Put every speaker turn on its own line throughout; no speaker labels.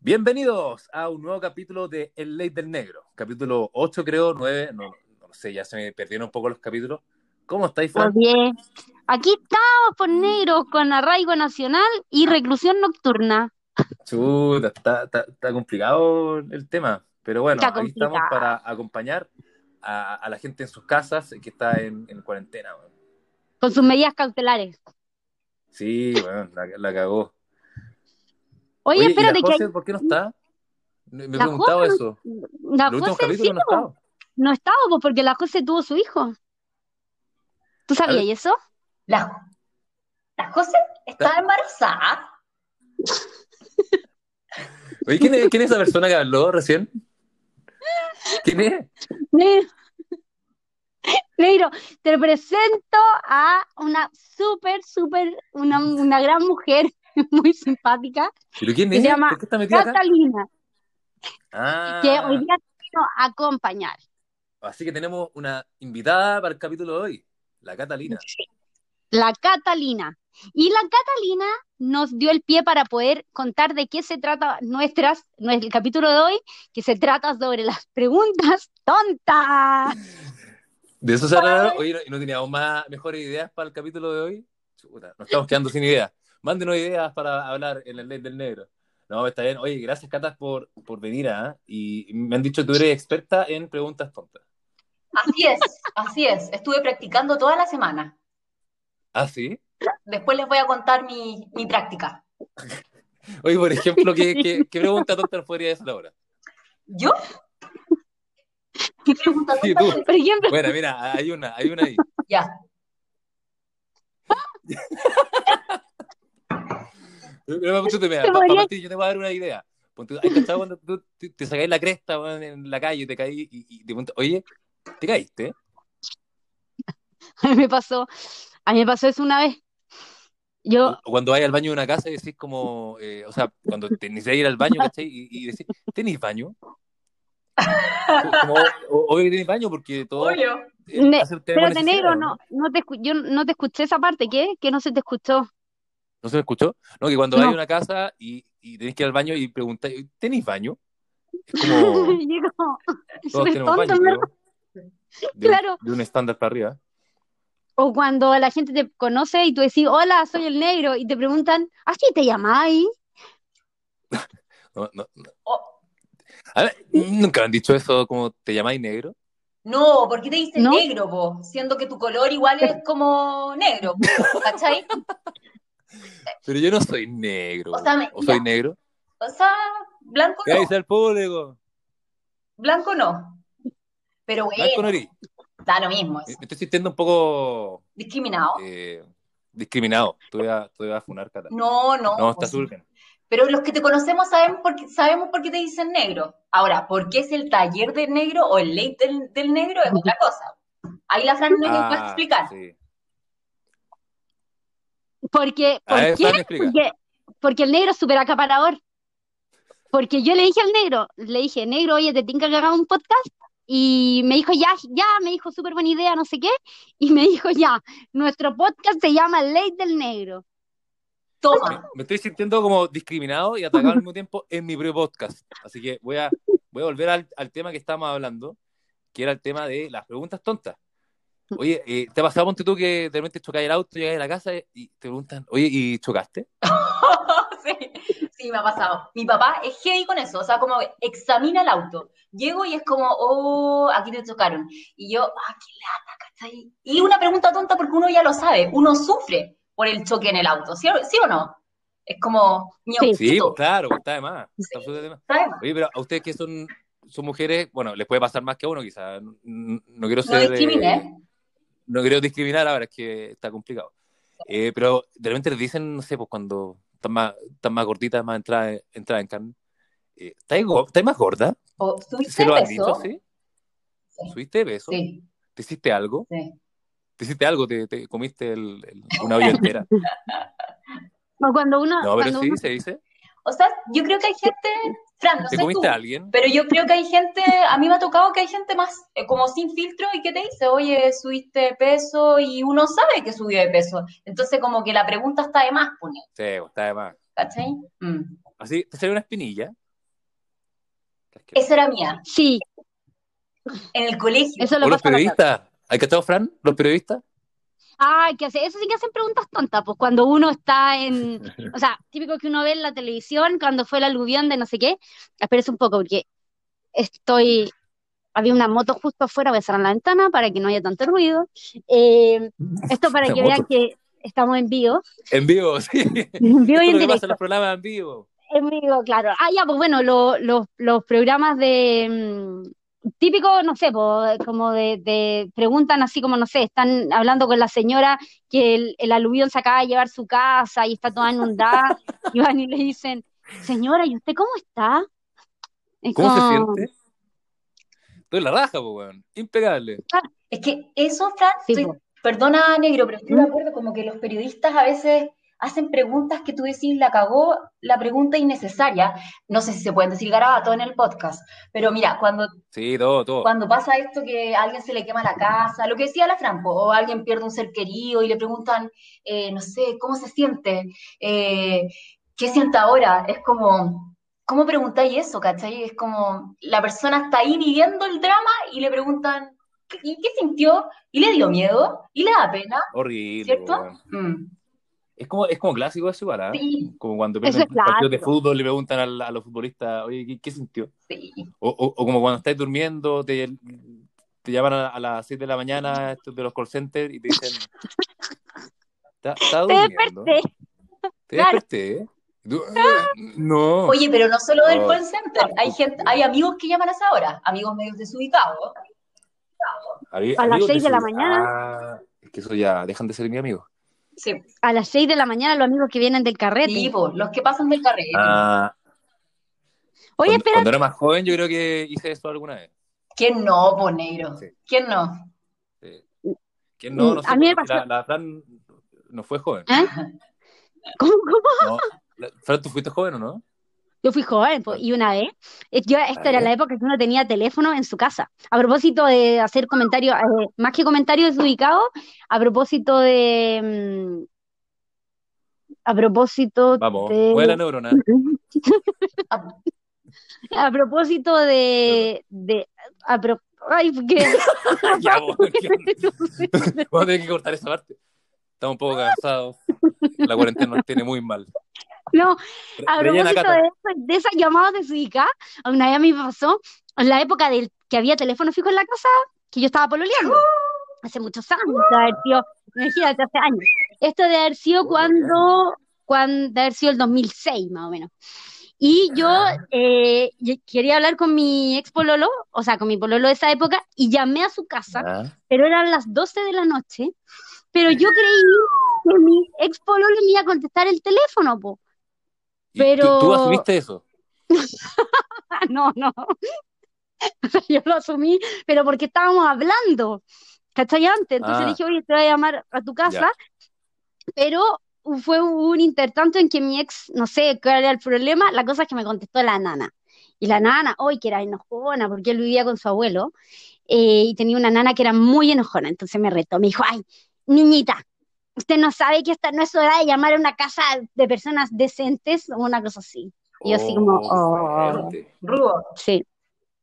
Bienvenidos a un nuevo capítulo de El Ley del Negro. Capítulo 8, creo, 9, no, no sé, ya se me perdieron un poco los capítulos. ¿Cómo estáis, Fran?
Pues bien, aquí estamos por negros con arraigo nacional y reclusión nocturna.
Chuta, está, está- está complicado el tema. Pero bueno,
Está
aquí estamos
complicado.
para acompañar a, a la gente en sus casas eh, que está en, en cuarentena. weón.
Con sus medidas cautelares.
Sí, bueno, la, la cagó.
Oye,
¿y
espérate
la
que
José, ¿por qué no está? Me he
La
preguntado
José
eso.
la
Los últimos
José sí,
capítulos no
po,
estaba.
no estaba po, porque la José tuvo su hijo. ¿Tú sabías eso?
La, la José está embarazada.
Oye, ¿quién es, quién es esa persona que habló recién? ¿Quién es?
Negro, Negro, te presento a una súper, súper, una, una gran mujer muy simpática,
¿Pero quién
Se
es?
llama
¿Por qué está metida acá?
Catalina, que
Ah,
hoy día te vino a acompañar.
así que tenemos una invitada para el capítulo de hoy, la Catalina.
La Catalina. Y la Catalina nos dio el pie para poder contar de qué se trata nuestras, nuestro, el capítulo de hoy, que se trata sobre las preguntas tontas.
De eso se hablará. Oye, ¿no, no teníamos más mejores ideas para el capítulo de hoy? Chuta, nos estamos quedando sin ideas. Mándenos ideas para hablar en el Ley del Negro. No, está bien. Oye, gracias, Catas, por, por venir. ¿ah? Y me han dicho que tú eres experta en preguntas tontas.
Así es, así es. Estuve practicando toda la semana.
¿Ah, sí?
Después les voy a contar mi, mi práctica.
Oye, por ejemplo, ¿qué, qué, qué pregunta tonta nos podría hacer ahora?
¿Yo? ¿Qué pregunta
Sí,
tonta?
tú.
Por ejemplo,
Bueno, mira, hay una, hay una ahí.
Ya.
Pero, chuta, mira,
Te
pa- pa
morí.
partir, yo te voy a dar una idea. Ponte, ¿hay cachado cuando tú te, te sacáis la cresta weón, en la calle, te caí y, y te preguntas, oye, ¿te caíste?
a mí me pasó, a mí me pasó eso una vez.
O,
Yo,
o cuando vais al baño de una casa y decís como, eh, o sea, cuando tenés que ir al baño, ¿cachai? Y, y decís, ¿tenéis baño? Como, o- obvio que tenéis baño porque todo
Obvio.
Ne-
hace un tema
pero de
necesario,
negro no, no te, escu- yo no te escuché esa parte, ¿qué? Que no se te escuchó.
¿No se me escuchó? No, que cuando vais
No.
a una casa y, y tenéis que ir al baño y preguntáis, ¿tenéis baño? Es como,
Y yo como,
todos
"Eres
tenemos
tonto,
baño,
¿verdad?".
creo. De un-
Claro.
de un estándar para arriba.
O cuando la gente te conoce y tú decís, hola, soy el negro, y te preguntan, ¿así te llamáis?
No, no, no.
O-
A ver, nunca me han dicho eso como te llamáis negro.
no, ¿por qué te dicen
¿No?
negro, po? Siendo que tu color igual es como negro, po, ¿cachai?
Pero yo no soy negro.
O sea, me-
¿O soy
ya.
negro?
O sea, blanco
¿Qué
no,
dice el público?
blanco no. Pero
Blanco
bueno,
Nori.
da lo mismo
Me
eso.
me estoy sintiendo un poco
Discriminado.
eh, discriminado. Tú ibas tú ibas a funar, Cata.
No, no. pues,
No,
po,
está súper bien.
Pero los que te conocemos sabemos por qué, sabemos por qué te dicen negro. Ahora, ¿por qué es el taller del negro o el late del, del negro? Es otra cosa. Ahí la Fran no
Ah,
puede explicar.
sí.
Porque,
A
¿por
ver,
qué?
Fran, explica.
Porque, porque el negro es súper acaparador. Porque yo le dije al negro, le dije, negro, oye, te tinca que hagamos un podcast. Y me dijo, ya, ya, me dijo, súper buena idea, no sé qué. Y me dijo, ya, nuestro podcast se llama Ley del Negro.
Me,
Toma,
me estoy sintiendo como discriminado y atacado al mismo tiempo en mi propio podcast. Así que voy a, voy a volver al, al tema que estábamos hablando, que era el tema de las preguntas tontas. Oye, eh, ¿te ha pasado, ponte tú, que de repente chocáis el auto, llegáis a la casa y te preguntan, oye, ¿y chocaste?
sí, sí, me ha pasado. Mi papá es heavy con eso, o sea, como examina el auto. Llego y es como, oh, aquí te chocaron. Y yo, ah, qué lata, ¿cachai? Y una pregunta tonta porque uno ya lo sabe, uno sufre por el choque en el auto, ¿sí, o- sí o no? Es como, mi
Sí.
Sí, pues,
autito,
claro, pues, está de más. está absolutamente de más.
¿sabes?
Oye, pero a ustedes que son, son mujeres, bueno, les puede pasar más que a uno, quizás. No, no quiero
No
ser.
discrimine,
eh, no quiero discriminar ahora, es que está complicado. Eh, pero de repente les dicen, no sé, pues cuando están más, están más gorditas, más entradas entrada en carne. Eh, ¿estáis, go- estáis más gorda?
¿O subiste
¿Se lo han
peso?
dicho, sí?
Sí.
¿Subiste de peso?
Sí,
¿Te hiciste algo?
sí.
¿Te hiciste algo? ¿Te, te comiste el- el- una olla entera?
O cuando uno,
No, pero
cuando
sí,
uno-
se dice.
O sea, yo creo que hay gente, Fran, no
¿Te
sé tú,
comiste a alguien?
pero yo creo que hay gente, a mí me ha tocado que hay gente más eh, como sin filtro y que te dice, oye, subiste de peso y uno sabe que subió de peso. Entonces como que la pregunta está de más, pone,
Sí, pues, está de más.
¿cachai? Mm.
Así, te sale una espinilla.
Esa era mía.
Sí,
En el colegio.
eso
¿O
lo
los
pasa a nosotros.
periodistas? ¿Hay que estar, Fran? ¿Los periodistas?
Ah, que hace, eso sí que hacen preguntas tontas, pues cuando uno está en, o sea, típico que uno ve en la televisión cuando fue el aluvión de no sé qué. Espérese un poco porque estoy, había una moto justo afuera, voy a cerrar la ventana para que no haya tanto ruido. Eh, esto para
Una
que vean
moto.
que estamos en vivo,
En vivo, sí.
en vivo
Esto es
y en
lo que pasa
directo.
en los programas en vivo.
En vivo, claro. Ah, ya, pues bueno, lo- los- los programas de mm, típico, no sé, pues, como de, de- preguntan así como, no sé, están hablando con la señora que el, el aluvión se acaba de llevar su casa y está toda inundada, y van y le dicen, señora, ¿y usted cómo está? Es
¿Cómo se
como-
siente? Estoy en la raja, pues, weón. Impecable.
Es que eso, Fran,
Sí,
estoy-
po.
perdona, negro, pero estoy de
¿Mm?
acuerdo como que los periodistas a veces hacen preguntas que tú decís, la cagó, la pregunta innecesaria. No sé si se pueden decir garabato en el podcast, pero mira, cuando,
Sí, todo, todo.
cuando pasa esto que a alguien se le quema la casa, lo que decía la Franco, o alguien pierde un ser querido y le preguntan, eh, no sé, ¿cómo se siente? Eh, ¿qué siente ahora? Es como, ¿cómo preguntáis eso, cachai? Es como, la persona está ahí viviendo el drama y le preguntan, ¿qué- ¿y qué sintió? ¿Y le dio miedo? ¿Y le da pena?
Horrible,
¿Cierto?
weón.
Mm,
Es como, es como clásico eso igual, ¿ah?
sí,
Como cuando
Eso
pierden
es
partidos de
clásico.
fútbol le preguntan al- a, los futbolistas, oye, ¿qué, qué sintió?
sí.
O, o- o como cuando estáis durmiendo, te, te llaman a, a las 6 de la mañana estos de los call centers y te dicen, está está
Te
durmiendo?
desperté.
Te
claro.
desperté. Du- No.
Oye, pero no solo del
Oh,
call center, hay gente, hay amigos que llaman a esa hora, amigos medios desubicados.
Ami-
A las
amigos
seis de la
desu- Ah, es que eso ya, dejan de ser mi amigo.
Sí,
A las seis de la mañana los amigos que vienen del carrete.
sí, po, los que pasan del carrete.
Ah,
Oye,
cuando,
espera,
cuando era más joven, yo creo que hice eso alguna vez.
¿Quién no, po, negro?
Sí.
¿Quién no?
Sí. ¿Quién no?
Mm,
No sé,
a mí me
porque
pasó-
la, la Fran no fue joven.
¿cómo,
No.
cómo?
La- Fran, ¿tú fuiste joven o no?
Yo fui joven, po, y una vez, eh, yo, esta era
¿Eh?
la época que uno tenía teléfono en su casa. A propósito de hacer comentarios, eh, más que comentarios desubicados, a propósito de... mm, a propósito
Vamos,
de...
mueve la neurona.
Ah,
A propósito de... de a pro- ay, porque...
ya, vos, Vamos a tener que cortar esa parte. Estamos un poco cansados. La cuarentena nos tiene muy mal.
No,
Re-
a
Rellena
propósito
Cata.
de, eso, de esas llamadas desubicadas, una vez a mí me pasó, en la época del que había teléfono fijo en la casa, que yo estaba pololeando.
¡Oh!
hace muchos años, de haber sido, imagínate, hace años. Esto de haber sido cuando, cuando de haber sido el 2006, más o menos. Y yo
Ah.
eh, y- quería hablar con mi ex pololo, o sea, con mi pololo de esa época, y llamé a su casa,
Ah,
pero eran las 12 de la noche, pero yo creí que mi ex pololo me iba a contestar el teléfono, po.
¿y tú-
Pero-
¿Tú asumiste eso?
Ah, No, no. O sea, yo lo asumí, pero porque estábamos hablando, ¿cachai? Antes. Entonces
Ah.
dije, oye, te voy a llamar a tu casa,
Ya.
pero fue un intertanto en que mi ex, no sé cuál era el problema, la cosa es que me contestó la nana. Y la nana, hoy que era enojona, porque él vivía con su abuelo, eh, y tenía una nana que era muy enojona, entonces me retó, me dijo, ay, niñita, usted no sabe que esta no es hora de llamar a una casa de personas decentes o una cosa así. Y yo así como,
Oh,
oh,
fuerte.
Rudo.
sí.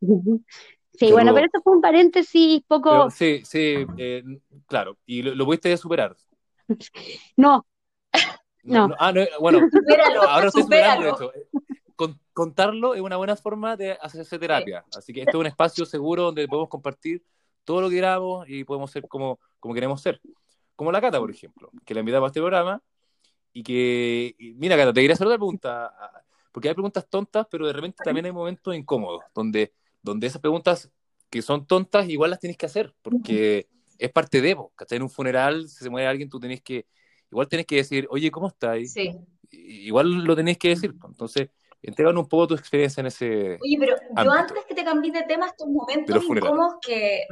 Sí,
Qué
bueno,
rudo.
pero esto fue un paréntesis
Pero
poco...
sí, sí, eh, claro. Y lo, lo pudiste superar.
No, No.
ah, no, bueno,
Supéralo,
ahora lo estoy superando
supéralo.
esto. Con- contarlo es una buena forma de hacerse terapia. Así que este es un espacio seguro donde podemos compartir todo lo que queramos y podemos ser como, como queremos ser. Como la Cata, por ejemplo, que la invitamos a este programa y que, y mira, Cata, te quería hacer otra pregunta, porque hay preguntas tontas, pero de repente también hay momentos incómodos, donde, donde esas preguntas que son tontas igual las tienes que hacer, porque es parte de vos, ¿cachai? En un funeral, si se muere alguien, tú tenés que, igual tenés que decir, oye, ¿cómo estáis?
Sí.
i- igual lo tenéis que decir. pues. Entonces, entregan un poco tu experiencia en ese.
Oye, pero yo
ámbito.
antes que te cambié de tema, estos
De
momentos
los funerales.
incómodos que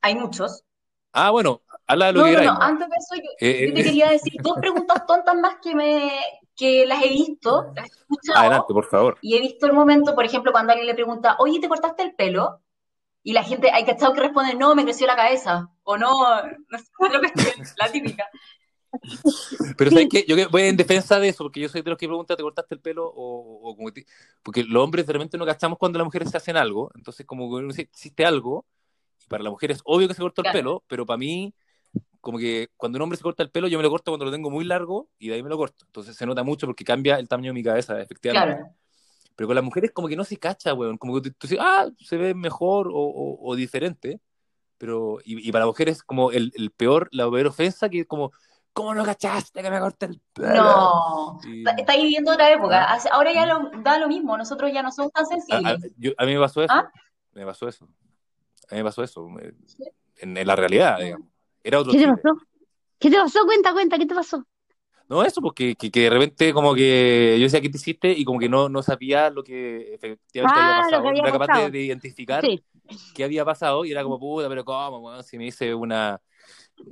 hay muchos.
Ah, bueno, habla de lo
No,
que
no,
queráis.
no,
¿no?
antes de eso yo,
Eh,
yo te
eh,
quería decir dos preguntas tontas más que me que las he visto, las he escuchado
Ah. adelante, por favor.
y he visto el momento, por ejemplo, cuando alguien le pregunta, oye, ¿te cortaste el pelo? Y la gente, hay cachado que responde, no, me creció la cabeza, o no, no sé, otra cuestión, la típica.
Pero ¿sabes qué? Yo que- voy en defensa de eso, porque yo soy de los que pregunta, ¿te cortaste el pelo? O, o como que te- Porque los hombres de repente no cachamos cuando las mujeres se hacen algo, entonces como que uno dice, hiciste algo, y para la mujer es obvio que se cortó el
Claro.
pelo, pero para mí, como que cuando un hombre se corta el pelo, yo me lo corto cuando lo tengo muy largo, y de ahí me lo corto. Entonces se nota mucho porque cambia el tamaño de mi cabeza, efectivamente.
Claro.
Pero con las mujeres como que no se cacha, weón. Como que tú, tú dices, ah, se ve mejor o, o- o diferente. Pero, y, y para las mujeres como el, el peor, la peor ofensa que es como, ¿cómo no cachaste que me corté el pelo?
No.
Y-
Está- Estáis viviendo otra época.
Ah.
Hace- Ahora ya lo, da lo mismo. Nosotros ya no somos tan
a, a-
sensibles.
yo- a mí me pasó eso.
¿Ah?
Me pasó eso. A mí me pasó eso. Me- En, en la realidad, digamos. Era otro
¿Qué te
Chile.
pasó? ¿Qué te pasó? Cuenta, cuenta, ¿qué te pasó?
No, eso, porque que, que de repente como que yo decía, ¿qué te hiciste? Y como que no, no sabía lo que efectivamente
Ah,
había pasado.
lo que había
no era capaz de-
pasado.
de identificar
Sí.
qué había pasado y era como, puta, pero ¿cómo, weón? Si me hice una...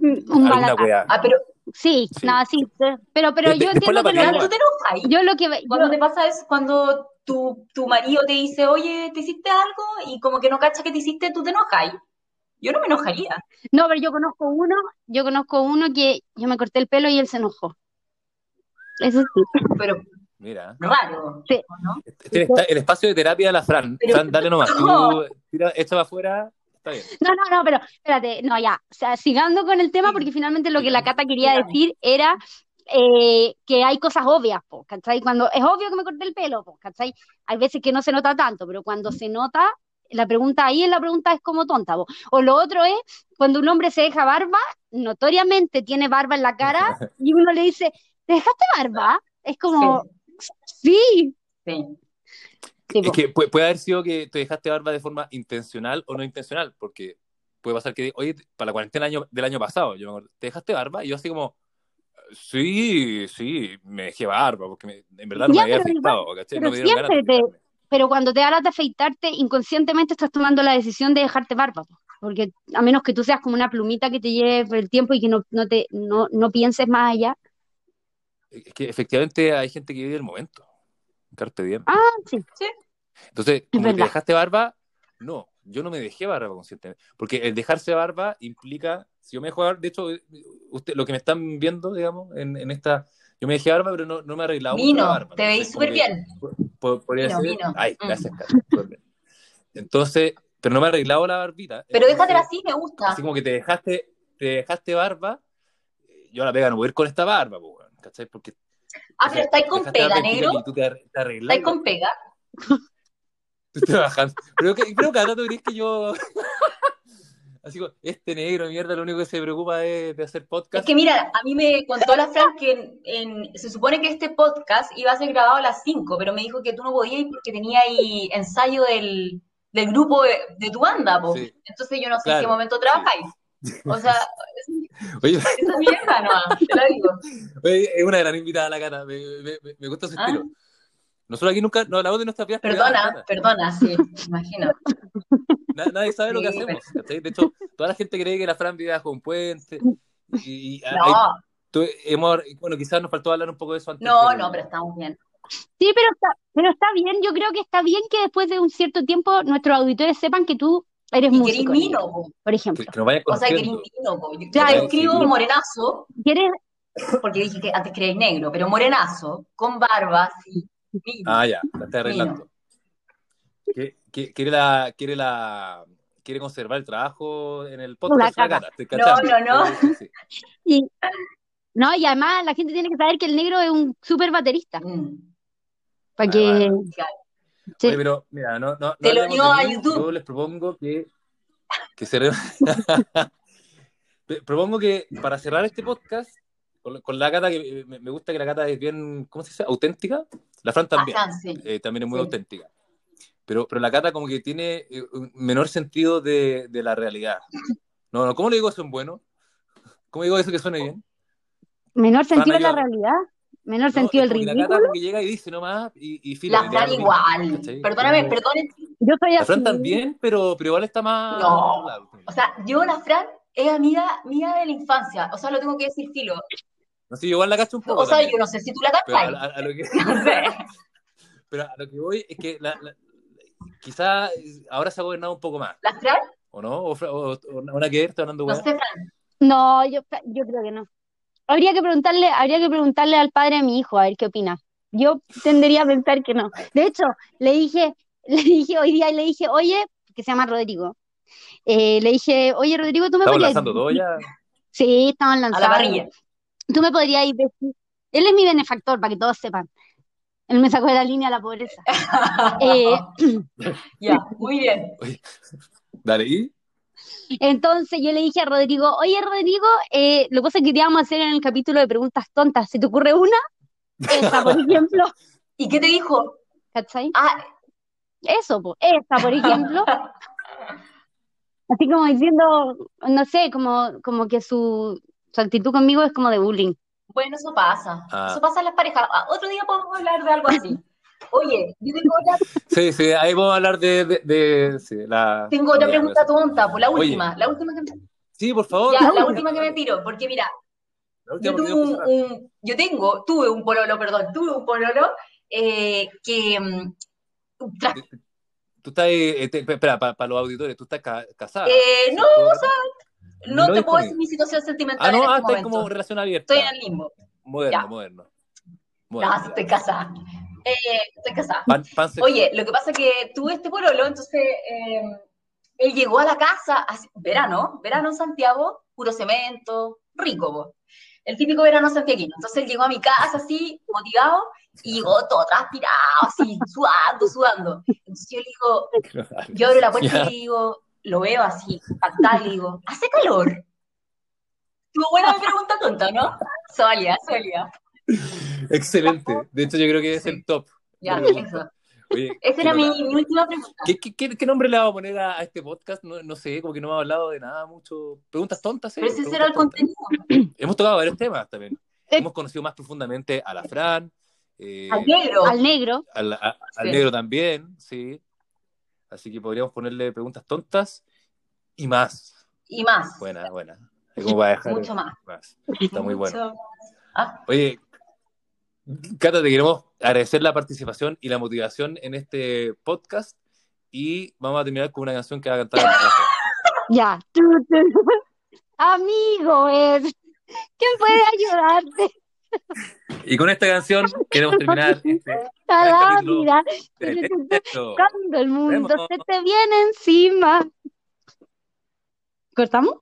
Un mal
alguna
ataque.
weá.
Ah, pero
Sí,
Sí.
no, sí. sí. Pero, pero
De- de-
yo
después la
entiendo
pateé
que lo
claro,
igual.
que,
tú te enojas.
yo lo que yo-
Cuando te pasa es cuando tu, tu marido te dice, oye, te hiciste algo y como que no cacha que te hiciste, tú te enojas. Yo no me enojaría.
no, pero yo conozco uno, yo conozco uno que yo me corté el pelo y él se enojó. Eso sí.
Pero
Mira,
raro,
Sí.
¿no?
este está- el espacio de terapia de la Fran.
Pero-
Fran, dale nomás.
No.
Tú tira, echa para afuera, está bien.
No, no, no, pero espérate, no, ya, o sea, sigando con el tema, porque finalmente lo que la Cata quería
sigamos.
decir era eh, que hay cosas obvias, po, ¿cachai? Cuando es obvio que me corté el pelo, po, ¿cachai? Hay veces que no se nota tanto, pero cuando se nota, la pregunta ahí es la pregunta es como tonta, po. O lo otro es, cuando un hombre se deja barba, notoriamente tiene barba en la cara, y uno le dice, ¿te dejaste barba? Es como, sí,
Sí,
sí, po.
Es que puede, puede haber sido que te dejaste barba de forma intencional o no intencional, porque puede pasar que, oye, para la cuarentena año- del año pasado, yo me acuerdo, te dejaste barba y yo así como, sí, sí, me dejé barba, porque me- en verdad no
Ya,
me había
pero
afectado, ¿cachai?
pero
no me dieron ganas de
siempre te-
afeitarme.
pero cuando te da lata afeitarte, inconscientemente estás tomando la decisión de dejarte barba, po. porque a menos que tú seas como una plumita que te lleve el tiempo y que no, no te no, no pienses más allá.
Es que efectivamente hay gente que vive el momento. Carpe diem.
Ah, sí.
Sí.
Entonces, como que te
verdad.
dejaste barba, no, yo no me dejé barba conscientemente. Porque el dejarse barba implica, si yo me dejo barba, de hecho, usted, lo que me están viendo, digamos, en, en esta, yo me dejé barba, pero no, no me arreglaba mucho la
Vino,
barba.
te
Entonces,
veis
como
súper
que
bien.
po- podría
Vino,
ser-
vino.
Ay,
Mm.
gracias, Carla, súper bien. Entonces, pero no me he arreglado la barbita.
Pero déjatela
entonces-
así, me gusta.
así como que te dejaste, te dejaste barba, eh, yo a la pega no voy a ir con esta barba, po, weón, ¿cachai? Porque o
Ah,
sea,
pero estáis con
dejaste barba
pega,
en Twitter
negro.
Y tú te, ar- te arreglas.
Estáis con pega.
Tú te bajas. Pero que, pero cada rato crees que yo. Así como, este negro, mierda, lo único que se preocupa es de hacer
Es
podcast.
que mira, a mí me contó la Fran que en- en- se supone que este podcast iba a ser grabado a las 5, pero me dijo que tú no podías ir porque tenía ahí ensayo del, del grupo de, de tu banda, po.
Sí.
Entonces yo no sé en qué
Claro,
momento trabajáis. O sea, esa
Oye,
es mi idea, no, te la digo.
oye, es una gran invitada la cara. Me, me- me- me gusta su
Ah.
estilo. Nosotros aquí nunca no hablamos de nuestras vidas privadas,
Perdona,
Cata.
perdona, sí, me imagino.
Na- nadie sabe lo que
Sí,
hacemos. ¿cachai? De hecho, toda la gente cree que la Fran vive bajo un puente. Y, y hay-
No,
tú- hemos- bueno, quizás nos faltó hablar un poco de eso antes.
no,
del-
no, pero estamos bien.
Sí, pero está, pero está bien, yo creo que está bien que después de un cierto tiempo nuestros auditores sepan que tú eres
Y querís
músico,
vino, po.
por
que,
ejemplo.
que nos vayan
O sea, querís
conociendo.
vino, po. Yo,
Claro.
yo escribo morenazo.
que eres-
porque dije que antes creéis negro, pero morenazo, con barba, sí, vino.
Ah, ya, la está arreglando. Que- que- Quiere la, quiere la, quiere conservar el trabajo en el
La
podcast. La
cata.
Cata, estoy cachando.
No, no, no.
Sí, sí, sí.
y- no, y además la gente tiene que saber que el negro es un súper baterista,
Mm.
para
Ah,
que
bueno.
Sí.
Oye, pero mira, no, no, no
Te lo
hablemos
unió
de
a
mí.
YouTube.
Yo les propongo que, que se re- Pe- propongo que para cerrar este podcast con, con la Cata, que me, me gusta que la Cata es bien, ¿cómo se dice? Auténtica. La Fran también,
Bacán, sí.
eh, también es muy
Sí.
auténtica. Pero, pero la Cata como que tiene eh, un menor sentido de, de la realidad. No, no, ¿cómo le digo eso en bueno? ¿Cómo digo eso que suene bien?
menor
Fran,
sentido de la
ayúdame.
realidad, menor
No,
sentido
es
del
como que La
ridículo.
Cata como que llega y dice nomás y, y filo,
La
y le da
Fran
lo mismo,
igual.
¿cachai?
Perdóname,
Como-
perdóname.
Yo soy
La Fran
así.
también, pero, pero igual está más...
No.
controlado.
O sea, yo la Fran es amiga mía de la infancia. O sea, lo tengo que decir filo.
No sé, yo igual la cacho un poco
O sea,
también,
yo no sé si tú la
pero, a,
cantáis.
a- a lo que,
No sé.
pero a lo que voy es que la, la- quizá ahora se ha gobernado un poco más,
La Fran,
¿o no? ¿O, Fra- o, o- o una que está hablando
no
weá.
sé, Fran.
No, yo, yo creo que no. habría que preguntarle, habría que preguntarle al padre de mi hijo a ver qué opina. Yo tendería a pensar que no. De hecho, le dije, le dije hoy día, le dije, oye, que se llama Rodrigo. eh, le dije, oye Rodrigo, tú me
Estamos
podrías.
lanzando todo ya.
Sí, estaban
A la
lanzando.
parrilla.
Tú me podrías decir. Él es mi benefactor, para que todos sepan. Él me sacó de la línea de la pobreza. Eh,
Ya, muy bien.
Dale, ¿y?
Entonces yo le dije a Rodrigo, oye Rodrigo, eh, lo que pasa es que te vamos a hacer en el capítulo de preguntas tontas, ¿se te ocurre una? Esa, por ejemplo,
¿Y qué te dijo?
¿cachai?
Ah,
Eso, po, esa, por ejemplo. Así como diciendo, no sé, como, como que su, su actitud conmigo es como de bullying.
Bueno, eso pasa.
Ah.
Eso pasa en las parejas. Ah, Otro día podemos hablar de algo así. Oye, yo tengo otra,
Sí, sí, ahí vamos a hablar de, de, de- sí, la...
tengo otra pregunta tonta, pues la
Oye. Oh,
última, la última que me,
Sí, por favor.
ya, la
última.
última que me tiro, porque mira,
La última,
yo
porque
tuve
tengo que
un,
cerrar.
un- yo tengo, tuve un pololo, perdón, tuve un pololo eh, que mm, tra-
Tú estás, eh, eh, te- espera, para los auditores, tú estás ca- casada.
eh, no,
¿cierto?
no
Ah, No
te puedo
disponible.
decir mi situación sentimental
Ah, no, ah,
en este
estás
momento.
como relación abierta.
Estoy en el limbo.
Moderno,
ya.
moderno.
No,
Moderno.
estoy casada. Eh, estoy casada.
Pan- pan sexual.
Oye, lo que pasa es que tuve este pololo, entonces eh, él llegó a la casa, así- verano, verano en Santiago, puro cemento, rico, po. el típico verano santiaguino. Entonces él llegó a mi casa así, motivado, y llegó todo transpirado, así, sudando, sudando. Entonces yo le digo, yo abro la puerta y le digo, lo veo así, impactada, y le digo, ¿hace calor? Tuvo buena mi pregunta tonta, ¿no? Solia, Solia.
Excelente. De hecho, yo creo que es el top.
Ya,
Buena
eso.
pregunta. Oye,
Esa era mi,
Jimena,
mi última pregunta.
¿Qué, qué, qué, qué nombre le vamos a poner a, a este podcast? No, no sé, como que no hemos hablado de nada mucho. Preguntas tontas, sí.
Pero ese
preguntas
será el
tontas.
contenido.
Hemos tocado varios temas también.
Eh.
Hemos conocido más profundamente a la Fran, eh,
Al negro.
Al negro,
al, a- al
Sí.
negro también, sí. Así que podríamos ponerle preguntas tontas y más.
Y más.
Buena, buena. Es como para dejar
Mucho más.
más. Está muy bueno.
Mucho más. Ah,
Oye, Cata, te queremos agradecer la participación y la motivación en este podcast y vamos a terminar con una canción que va a cantar. la Fran.
ya. Tú, tú. Amigo, es. ¿Quién puede ayudarte
Y con esta canción queremos terminar este
a
gran
la
capítulo
vida?
de
Te estoy
Teto.
Cuando el mundo
Vemos.
se te viene encima. ¿Cortamos?